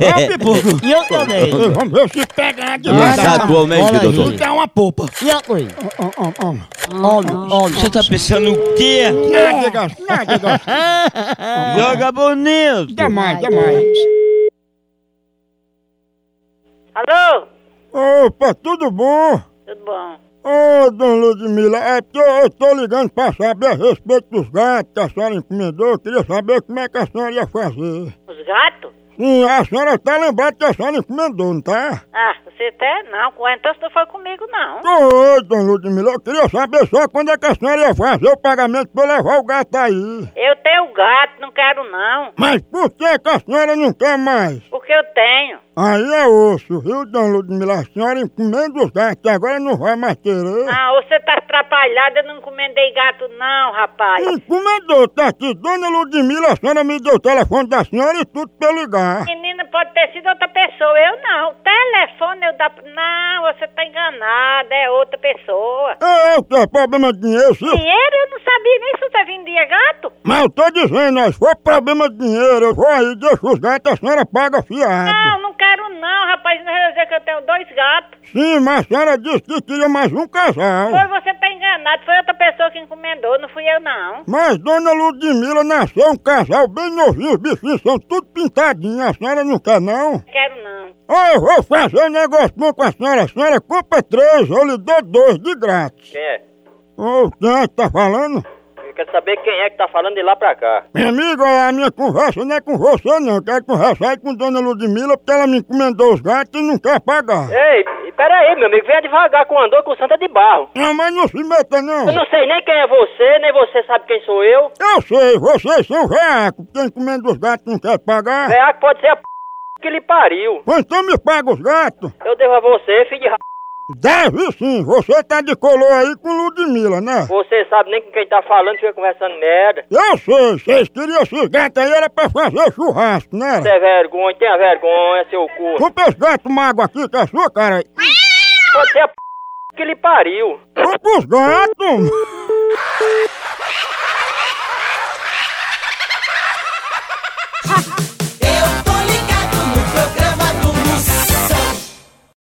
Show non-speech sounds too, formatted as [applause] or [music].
É [laughs] pipoco. E eu também. Vamos eu se pegar de Ele lá. tatuou, né, Olha aí. doutor? Tu quer uma polpa. E a coisa? Ó, ó, ó. Olha, olha. Você tá pensando o quê? Nada, gasto, nada, gasto. Joga bonito. Demais, demais. Alô? Opa, tudo bom? Tudo bom? Ô, dona Ludmila, é porque eu tô ligando pra saber a respeito dos gatos que a senhora encomendou. Eu queria saber como é que a senhora ia fazer. Os gatos? Sim, a senhora tá lembrada que a senhora encomendou, não tá? Ah, você até não. com- Então você não foi comigo, não. Ô, dona Ludmila, eu queria saber só quando é que a senhora ia fazer o pagamento pra eu levar o gato aí. Eu tenho gato, não quero, não. Mas por que, que a senhora não quer mais? Porque eu tenho. Aí é osso, viu, dona Ludmila? A senhora encomenda os gatos, que agora não vai mais querer. Ah, você tá atrapalhada, eu não encomendei gato, não, rapaz. Encomendou, tá aqui. Dona Ludmila, a senhora me deu o telefone da senhora e tudo pra eu ligar. Menina, pode ter sido outra pessoa. Eu não. Telefone eu dá. Não, você tá enganada, é outra pessoa. É, o que é problema de dinheiro, se... Dinheiro, eu não sabia nem se você vendia gato. Mas eu tô dizendo, se for problema de dinheiro, eu vou aí, deixo os gatos, a senhora paga fiado. Não, não quero, não, rapaz. Não quer dizer que eu tenho dois gatos. Sim, mas a senhora disse que queria mais um casal. Foi você tá enganado, foi outra pessoa que encomendou, não fui eu, não. Mas Dona Ludmila nasceu um casal bem novinho, os bichinhos são tudo pintadinhos, a senhora não quer não? Quero não. Ô, eu vou fazer um negócio bom com a senhora. A senhora compra três, eu lhe dou dois de grátis. Quem é? Ô, quem é que tá falando? Eu quero saber quem é que tá falando de lá pra cá. Meu amigo, a minha conversa não é com você, não. Eu quero conversar aí com Dona Ludmila, porque ela me encomendou os gatos e não quer pagar. Ei, peraí, meu amigo, venha devagar com o andor com Santa de Barro. Não, mas não se meta, não. Eu não sei nem quem é você, nem você sabe quem sou eu. Eu sei, vocês são veacos, porque encomenda os gatos e não quer pagar. É, ah, pode ser a p que lhe pariu. Ou então me paga os gatos. Eu devo a você, filho de ra... Deve sim, você tá de color aí com Ludmila, né? Você sabe nem com quem tá falando, fica conversando merda. Eu sei, vocês queriam esses gatos aí, era pra fazer churrasco, né? Você é vergonha, tenha vergonha, seu cu. Chupa os gatos mago aqui, que é sua cara. Pode ser a p que lhe pariu. Chupa os gatos!